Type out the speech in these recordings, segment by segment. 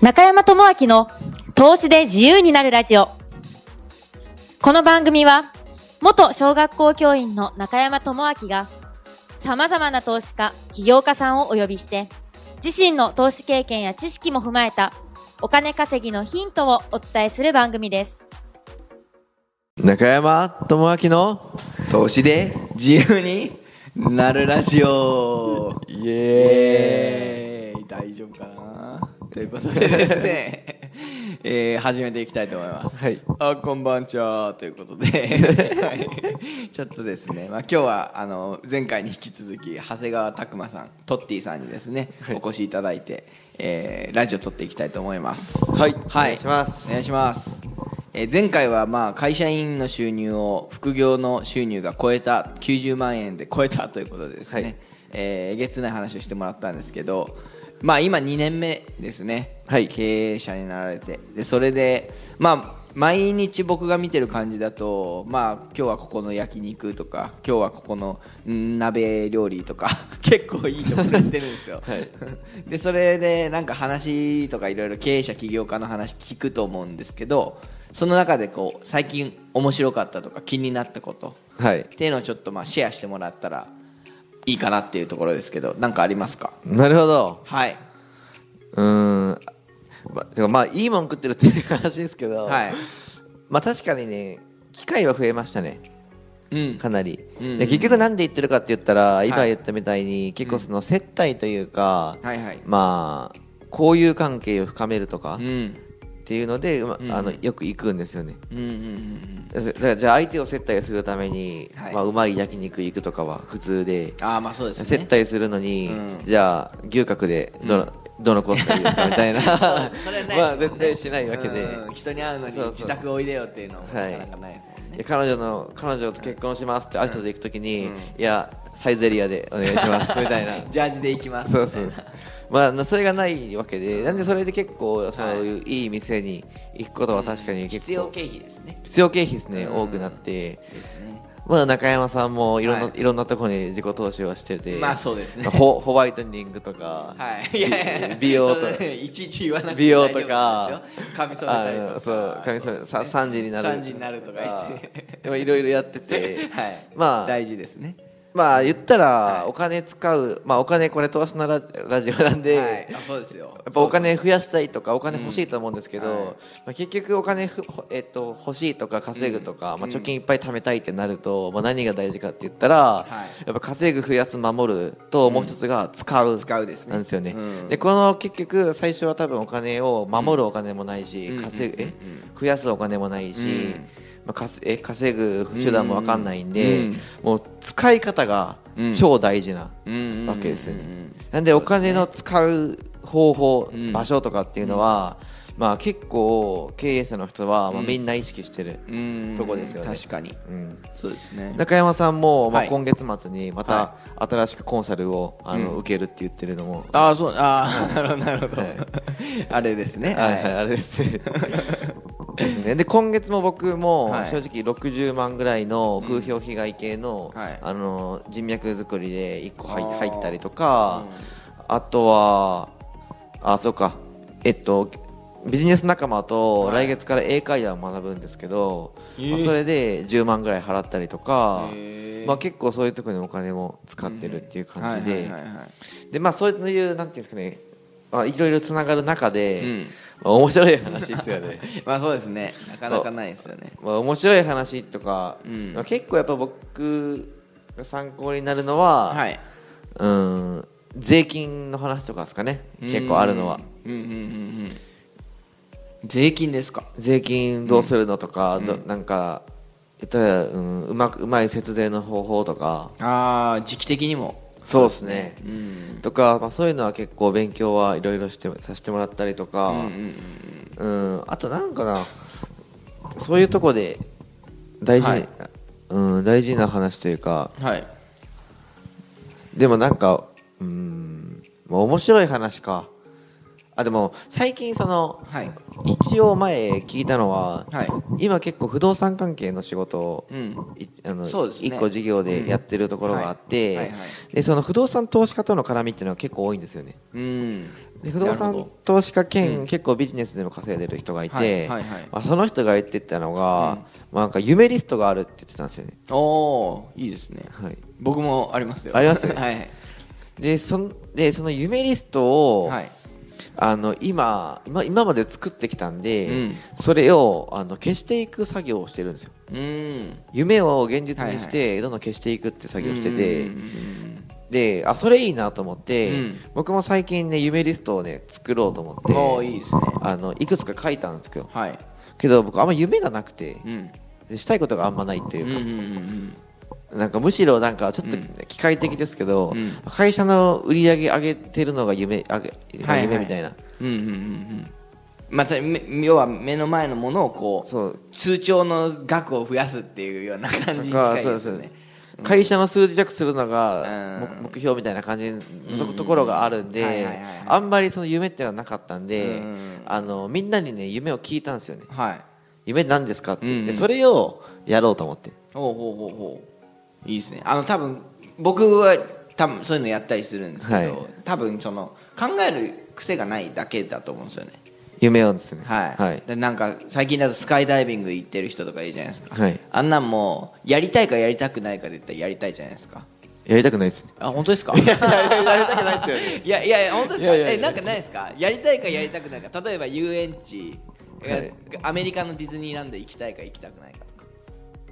中山智明の投資で自由になるラジオ。この番組は、元小学校教員の中山智明が、様々な投資家、起業家さんをお呼びして、自身の投資経験や知識も踏まえた、お金稼ぎのヒントをお伝えする番組です。中山智明の投資で自由になるラジオイエーイイエーイ大丈夫かなということでで すね、えー始めていきたいと思います、はいあこんばんちはというこ とで、はい、ちょっとですね、まあ、今日はあの前回に引き続き長谷川拓磨さんトッティさんにですね、お越しいただいて、えーラジオ撮っていきたいと思いますはいはお願い、いしますお願いしますえー前回はまあ会社員の収入を副業の収入が超えた90万円で超えたということでですね、はいえー、月内話をしてもらったんですけど、まあ、今2年目ですね、はい経営者になられてでそれで、まあ、毎日僕が見てる感じだと、まあ、今日はここの焼肉とか今日はここのん鍋料理とか 結構いいところ行ってるんですよ、 でそれでなんか話とかいろいろ経営者起業家の話聞くと思うんですけどその中でこう最近面白かったとか気になったことはいっていうのをちょっとまあシェアしてもらったらいいかなっていうところですけど何かありますかなるほどはい、うーんまてかまあいいもん食ってるっていう話ですけど、はい、まあ確かにね機会は増えましたねうんかなり、うんで結局なんで言ってるかって言ったら今はい言ったみたいに結構その接待というか、はいはいまあ交友関係を深めるとかうんっ、ていうので、まうんあのよく行くんですよねうんうんうんだからじゃあ相手を接待するために、はいまあ、うまい焼肉行くとかは普通でああまあそうですね接待するのに、うんじゃあ牛角でどの,、どのコースがいいですかみたいな それはないですもんねまあ絶対しないわけで、うん人に会うのにそうそう自宅おいでよっていうのもなはいかなかないですもんね、いや彼女の彼女と結婚しますって挨拶行くときに、いやサイゼリアでお願いします みたいなジャージで行きますそうそうまあなそれがないわけでなんでそれで結構そういういい店に行くことは確かに結構必要経費ですね必要経費ですね、多くなってですねまあ、中山さんもいろんな、はいい、ろんなところに自己投資をしてて、まあそうですねホホワイトニングとか、はいいやいやいや美容といちいち言わなくて美容とか大丈夫ですよ髪染めたりとあかそう髪染めさ3時になる3時になるとか言って、でもいろいろやってて はいまあ大事ですねまあ言ったらお金使う、まあ、お金これ投資のララジオなんで、はいあそうですよやっぱお金増やしたいとかお金欲しいと思うんですけど、まあ、結局お金ふ、ほえっと欲しいとか稼ぐとか、まあ、貯金いっぱい貯めたいってなると、まあ、何が大事かって言ったら、やっぱ稼ぐ増やす守るともう一つが使う、使うですねなんですよね、うんでこの結局最初は多分お金を守るお金もないし、稼ぐえ増やすお金もないし、まあ、稼え稼ぐ手段も分かんないんで、もう使い方が超大事なわけですよね、なんでお金の使う方法、場所とかっていうのは、まあ、結構経営者の人は、まあ、みんな意識してるうんとこですよね、確かにうんそうですね中山さんも、まあ、はい今月末にまた新しくコンサルをあの、受けるって言ってるのも、ああそうああなる ほどなるほど、あれですね はいはい、あれですねですねで今月も僕もはい正直60万ぐらいの風評被害系の,、はいあの人脈作りで1個入あー入ったりとか、あとはあそうかえっとビジネス仲間と来月から英会話を学ぶんですけど、まあそれで10万ぐらい払ったりとか、へーまあ、結構そういうところにお金も使ってるっていう感じで、はいはいはいはいでまあそういうなんていうんですかねまあいろいろつながる中で、うんまあ、面白い話ですよ ねまあそうですねなかなかないですよねまあ面白い話とか、うんまあ結構やっぱ僕が参考になるのは、はいうん税金の話とかですかね結構あるのはうんうんうんうん税金ですか税金どうするのとか、どなんか言ったら、うん、うまくうまい節税の方法とかああ時期的にもそうですねうんとか、まあ、そういうのは結構勉強はいろいろしてさせてもらったりとか、うんあとなんかなそういうとこで大事、はいうん、大事な話というかはいでもなんかうん、まあ、面白い話かあでも最近その、はい一応前聞いたのは、はい今結構不動産関係の仕事を、うんいあのそうですね一個事業でやってるところがあって、うんはいはいはいでその不動産投資家との絡みっていうのは結構多いんですよねうんでで不動なる産ほ投資家兼、結構ビジネスでも稼いでる人がいて、はいはいはいまあ、その人が言ってたのが、まあ、なんか夢リストがあるって言ってたんですよね、どおーいいですねはい、僕もありますよあります はいでそんでその夢リストを、はいあの今今今まで作ってきたんで、うんそれをあの消していく作業をしてるんですようん夢を現実にして、どんどん消していくって作業をしてて、うんうんであそれいいなと思って、うん僕も最近ね夢リストをね作ろうと思うんおっーていいですねあのいくつか書いたんですけどはいけど僕あんま夢がなくてうんでしたいことがあんまないっていううんかう、んうんなんかむしろなんかちょっと機械的ですけど、うん会社の売り上げ上げてるのが夢上げ、はいはい夢みたいなうんうんうんうんまため要は目の前のものをこうそう通帳の額を増やすっていうような感じになん近かいそうでですすよそうでねす会社の数字弱するのがうん目目標みたいな感じのとところがあるんはいではいはいはいあんまりその夢ってのはなかったんでうんあのみんなにね夢を聞いたんですよねはい夢何ですかってうんうんでそれをやろうと思ってほうほうほうほういいですねあの多分僕は多分そういうのやったりするんですけど、はい多分その考える癖がないだけだと思うんですよね夢をですねはい、はいでなんか最近だとスカイダイビング行ってる人とかいるじゃないですか、はいあんなんもうやりたいかやりたくないかで言ったらやりたいじゃないですかやりたくないですねあ本当ですかやりたくないですよね いやいやいや本当ですかいやいやいやえなんかないですかやりたいかやりたくないか例えば遊園地、えアメリカのディズニーランド行きたいか行きたくないかとか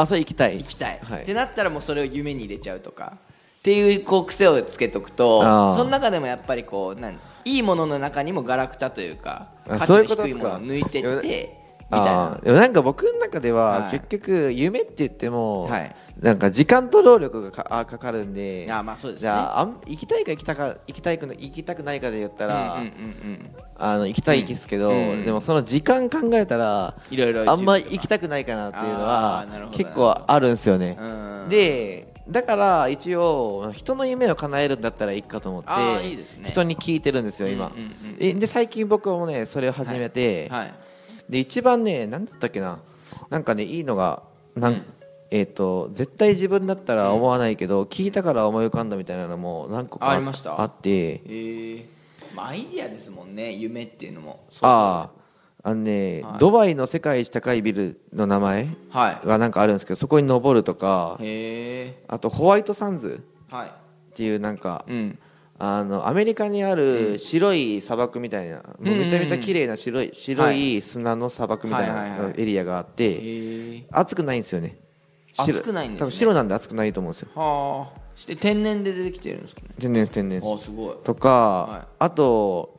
あそれ行きたい行行きたい、はっていなったらもうそれを夢に入れちゃうとかっていうこう癖をつけとくとあーその中でもやっぱりこうなんいいものの中にもガラクタというかあ価値そうのいうこと低でいすもかのを抜いてってみたいあなーでもなんか僕の中でははい結局夢って言ってもはいなんか時間と労力がかあかかるんであーまあそうですねじゃああん行きたいか行きたか行きたいくな行きたくないかで言ったら、うんうんうんあの行きたいですけど、うんうんでもその時間考えたらいろいろあんま行きたくないかなっていうのあーなるはほど結構あるんですよねうんうんでだから一応人の夢を叶えるんだったらいいかと思っあーていいですね人に聞いてるんですよ今、うんうんうんでで最近僕もねそれを始めて、はいで一番ね何だったっけななんかねいいのがなん、えっ、と絶対自分だったら思わないけど、聞いたから思い浮かんだみたいなのも何個かあありましたあってえーまあアイディアですもんね夢っていうのもあああのね、はいドバイの世界一高いビルの名前はがなんかあるんですけどそこに登るとかいへえあとホワイトサンズはいっていうなんか、うんあのアメリカにある白い砂漠みたいな、もうめちゃめちゃ綺麗な白い白い砂の砂漠みたいはいはいはないエリアがあって、へえ暑くないんですよね暑白くないんですね多分白なんで暑くないと思うんですよはあして天然で出てきてるんですかね天然です天然ですあすごいとか、はいあと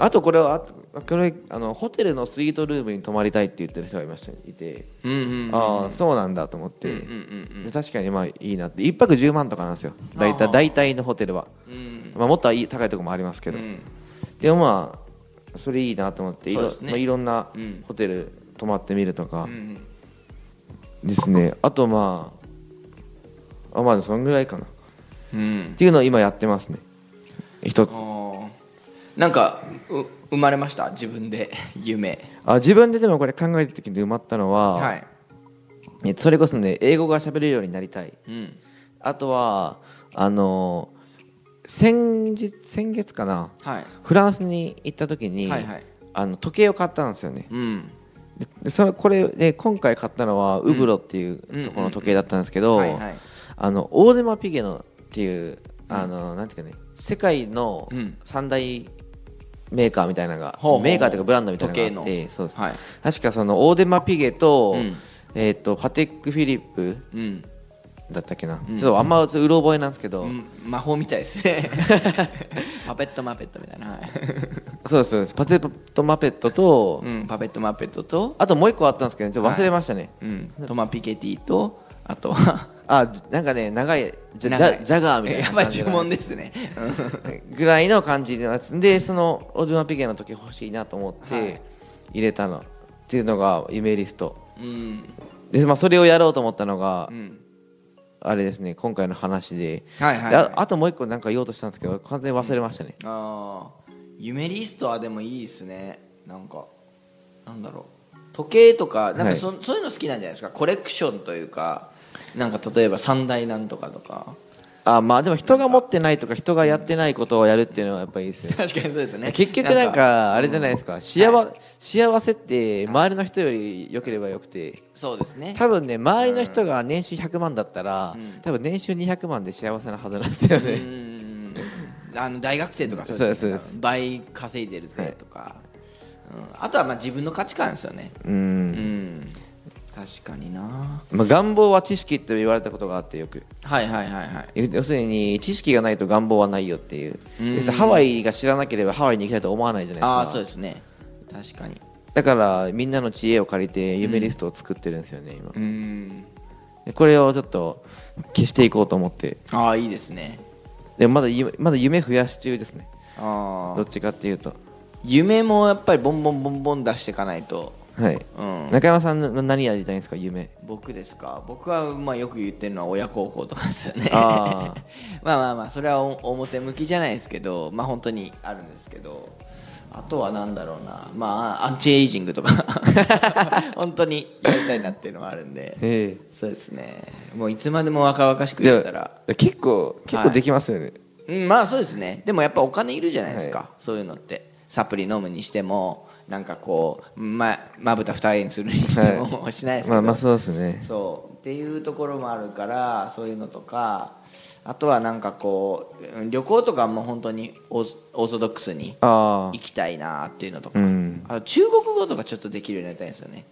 あとこれはあとこれあのホテルのスイートルームに泊まりたいって言ってる人がいましたいて、うんうんああそうなんだと思って、うんうんで確かにまあいいなって1泊10万とかなんですよ大はあは体あ大体のホテルは、うんまあ、もっとはいい高いところもありますけうど、んでもまあそれいいなと思っていそうろ,、ですねまあ、いろんなうんホテル泊まってみるとかうんですね、あとまああまあそんぐらいかなうんっていうのを今やってますね一つあーなんかう生まれました自分で 夢あ自分ででもこれ考えた時に埋まったのは、はいえそれこそね英語が喋れるようになりたいうんあとはあのー先日先月かなはいフランスに行った時に、はいはいあの時計を買ったんですよねうんででそれこれで今回買ったのはウブロっていうところの時計だったんですけど、はいはいあのオーデマ・ピゲノっていうあの、なんていうかね世界のうん三大メーカーみたいなのが、ほうほうほうメーカーというかブランドみたいなのがあっ時計てのそうです、はい確かそのオーデマ・ピゲと,、うんえー、とパテック・フィリップうんだったっけな、ちょっとあんまうろ覚えなんですけど、うん魔法みたいです ねパペットマペットみたいな はいそうですそうですパテット・マペットと、うんパペットマペットとあともう一個あったんですけど、ね、ちょっと忘れましたね、うんトマピケティとあとはあなんかね長いジャジャジャガーみたいなやばい感じ注の文ですね ぐらいの感じのやつでそのオーデマ・ピゲの時欲しいなと思っはいて入れたの、っていうのが夢リストうんで、まあ、それをやろうと思ったのが、んあれですね今回の話で、はいはいはいでああともう一個なんか言おうとしたんですけど完全に忘れましたね、ああ夢リストはでもいいですねなんかなんだろう時計とかなんかそ,、そういうの好きなんじゃないですかコレクションというかなんか例えば三大なんとかとか あまあでも人が持ってないとか人がやってないことをやるっていうのはやっぱいいですよ確かにそうですね 結局なんかあれじゃないですか、幸幸せって周りの人より良ければよくてそうですね多分ね周りの人が年収100万だったら、ん多分年収200万で幸せなはずなんですようね、んあの大学生とかそうですそうですね倍稼いでるぜとか、うん、あとはまあ自分の価値観ですよねうんうん確かになまあ、願望は知識って言われたことがあってよくはいはいはいはい要するに知識がないと願望はないよっていううん要するにハワイが知らなければハワイに行きたいと思わないじゃないですかああーそうですね確かにだからみんなの知恵を借りて夢リストを作ってるんですよね、今うんでこれをちょっと消していこうと思ってああいいですねでもまだゆまだ夢増やし中ですねあどあっちかっていうと夢もやっぱりボンボンボンボン出していかないとはい、うん中山さんの何やりたいんですか夢僕ですか僕はまあよく言ってるのは親孝行とかですよねあ まあまあまあそれはお表向きじゃないですけどまあ本当にあるんですけどあとはなんだろうなまあアンチエイジングと か本当にやりたいなっていうのはあるんで えそうですねもういつまでも若々しくえやったら結構結構できますよね、うん、まあそうですねでもやっぱお金いるじゃないですか、はいそういうのってサプリ飲むにしてもなんかこうままぶた二重にするにしても、しないですけど、まあまあそうですねそうっていうところもあるからそういうのとかあとはなんかこううん旅行とかも本当にオーソオーソドックスにあ行きたいなっていうのとか、うんあと中国語とかちょっとできるようになりたいんですよね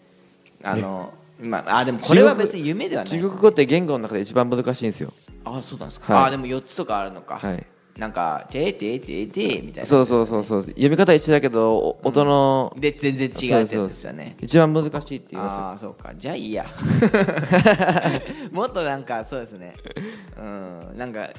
あの、まあ、あでもこれは別に夢ではあないです中ね国語って言語の中で一番難しいんですよあそうなんですか、はいあでも4つとかあるのか、はいなんか「てててて」みたいなそうそうそうそう読み方一緒だけどお音の、で全然違うやつですよね一番難しいって言いますよああそうかじゃあい いやもっとなんかそうですねうんなんか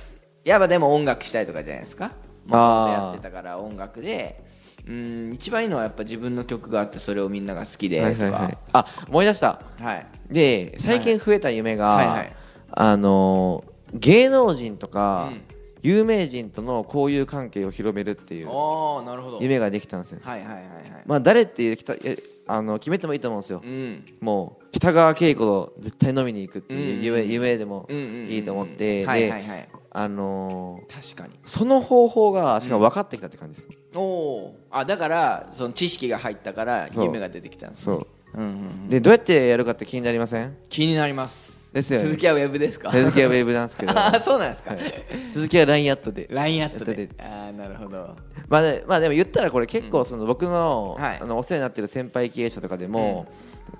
やっぱでも音楽したいとかじゃないですかあー元々やってたから音楽でうん一番いいのはやっぱ自分の曲があってそれをみんなが好きではいとはかいはいあ思い出したはいで最近増えた夢が、はいはいあのー芸能人とか、うん有名人との交友関係を広めるっていうああなるほど夢ができたんですよはいはいはいはいまあ誰っていうきたえあの決めてもいいと思うんですようんもう北川景子と絶対飲みに行くっていう夢,、うんうんうん夢でもうんうんうんうんいいと思って、はいで、はいはいあのー確かにその方法がしかも分かってきたって感じです、おおあだからその知識が入ったからそう夢が出てきたんですねそううんうんでどうやってやるかって気になりません気になりますですよね続きはウェブですか鈴木はウェーブなんですけど ああそうなんですか、鈴木は LINE アットでラインアットやってでてああなるほどまあでまあ、でも言ったらこれ結構その僕の,、はいあのお世話になってる先輩経営者とかでも、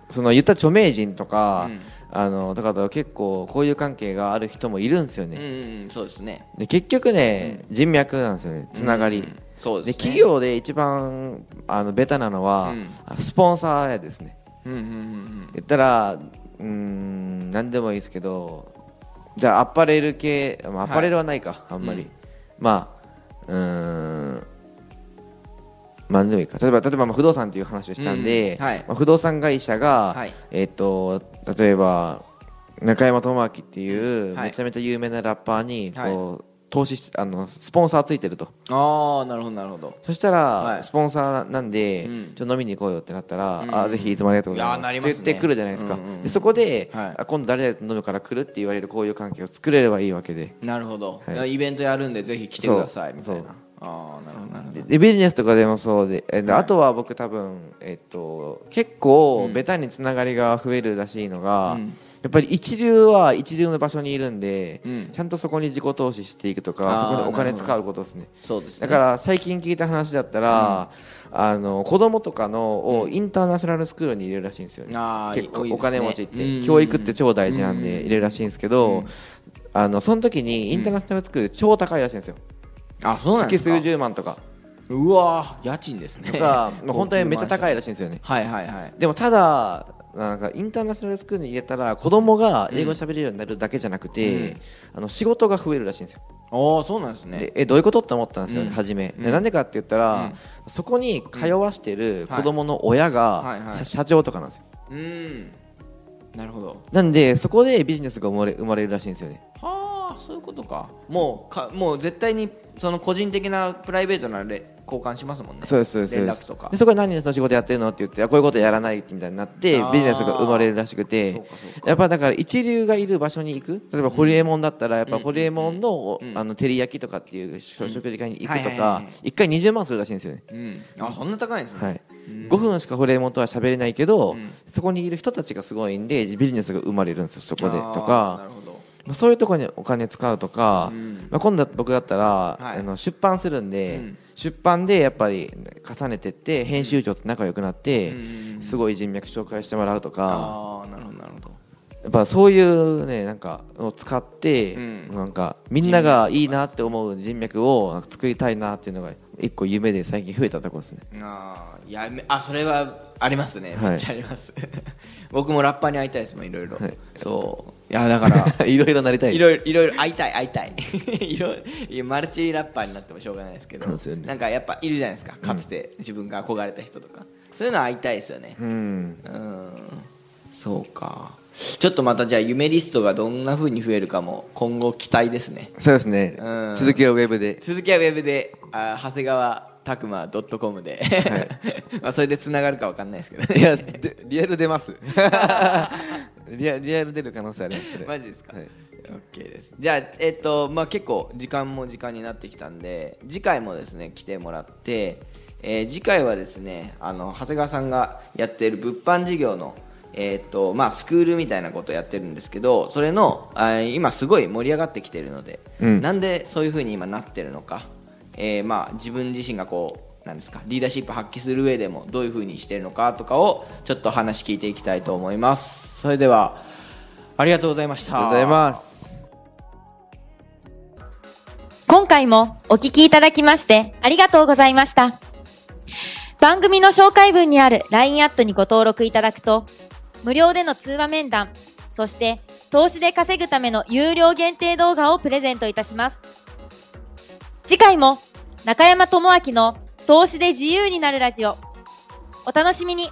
その言ったら著名人とか、うんあのだから結構こういう関係がある人もいるんですようんね、うんそうですねで結局ね、人脈なんですよねつながり、うんそうですね企業で一番あのベタなのは、うんあスポンサーやですねうんうんうん言ったらうーん何でもいいですけどじゃあアパレル系、まあ、アパレルはないか、あんまり、うんまあうーん何でもいいか例えば例えばまあ不動産っていう話をしたんで、うんはいまあ、不動産会社が、はいえっと例えば中山智明っていう、うんはいめちゃめちゃ有名なラッパーにこう、は投資しあのスポンサーついてるとああなるほどなるほどそしたら、はいスポンサーなんで、うんちょっと飲みに行こうよってなったら、うんあぜひいつもありがとうございますいやーなりますねって言ってくるじゃないですか、うんうんうんでそこで、はいあ今度誰々と飲むから来るって言われるこういう関係を作れればいいわけでなるほど、はいいやイベントやるんでぜひ来てくださいそうみたいそうなああなるほどなるほどででビジネスとかでもそうで、えーであとは僕多分、えっと結構うんベタにつながりが増えるらしいのが、うんやっぱり一流は一流の場所にいるんで、うんちゃんとそこに自己投資していくとあかーそこでおな金るほど使うことですねそうですだねから最近聞いた話だったら、あの子供とかのをインターナショナルスクールに入れるらしいんですよねあー結構多いですねお金持ちって、うんうんうん教育って超大事なんで入れるらしいんですけど、あのその時にインターナショナルスクール超高いらしいんですよ、あそうなんで月すか数十万とかうわー家賃ですねとかもう本当にめっちゃ高いらしいんですよね はいはいはいでもただなんかインターナショナルスクールに入れたら子供が英語喋れるようになるだけじゃなくて、あの仕事が増えるらしいんですよああそうなんですねでえどういうことって思ったんですよね、うん初めうんでなんでかって言ったら、そこに通わしてる子供の親が、はいはいはい社長とかなんですようんなるほどなんでそこでビジネスが生まれ生まれるらしいんですよねはあそういうことかもうかもう絶対にその個人的なプライベートなれ交換しますもんねそうですそうですそう連で絡すとかでそこで何の仕事やってるのって言ってあこういうことやらないみたいになってあービジネスが生まれるらしくそうてかそうやっぱだから一流がいる場所に行く例えばホリエモンだったらやっぱホリエモンのあの照り焼きとかっていう食事会に行くとはいはいはいはか1回20万するらしいんですよねうんあそんな高いんですね、はい5分しかホリエモンとは喋れないけどそこにいる人たちがすごいんでビジネスが生まれるんですよそこであーとなかるほどまあそういうところにお金使うとか、まあ、今度は僕だったら、いあの出版するんで、ん出版でやっぱり重ねてって編集長と仲良くなって、すごい人脈紹介してもらうとか、ああなるほどなるほどやっぱそういうねなんかを使って、うんなんかみんながいいなって思う人脈をなんか作りたいなっていうのが一個夢で最近増えたところですね。 あーいやめあそれはありますね、はいめっちゃあります 僕もラッパーに会いたいですもんいろいろ、はいそういやだからいろいろなりたい。いろいろいろいろ会いたい会いた いいろいろいやマルチラッパーになってもしょうがないですけどそうですよねなんかやっぱいるじゃないですかかつて自分が憧れた人とか、そういうのは会いたいですよねうん。うんそうかちょっとまたじゃあ夢リストがどんな風に増えるかも今後期待ですねそうですねうん。続きはウェブで。続きはウェブであー長谷川拓磨 .com で、 まあそれでつながるかわかんないですけど いねや、で リアル出ます。リアリアル出る可能性あります。それ マジですか、はい OK ですじゃあえっとまあ結構時間も時間になってきたんで次回もですね来てもらって、えー次回はですねあの長谷川さんがやっている物販事業のえーっとまあ、スクールみたいなことをやってるんですけどそれのあー今すごい盛り上がってきてるので、うんなんでそういうふうに今なってるのか、えーまあ、自分自身がこうなんですかリーダーシップ発揮する上でもどういうふうにしてるのかとかをちょっと話聞いていきたいと思いますそれではありがとうございましたありがとうございます。今回もお聞きいただきましてありがとうございました。番組の紹介文にある LINE アットにご登録いただくと、無料での通話面談、そして投資で稼ぐための有料限定動画をプレゼントいたします。次回も中山智明の投資で自由になるラジオ、お楽しみに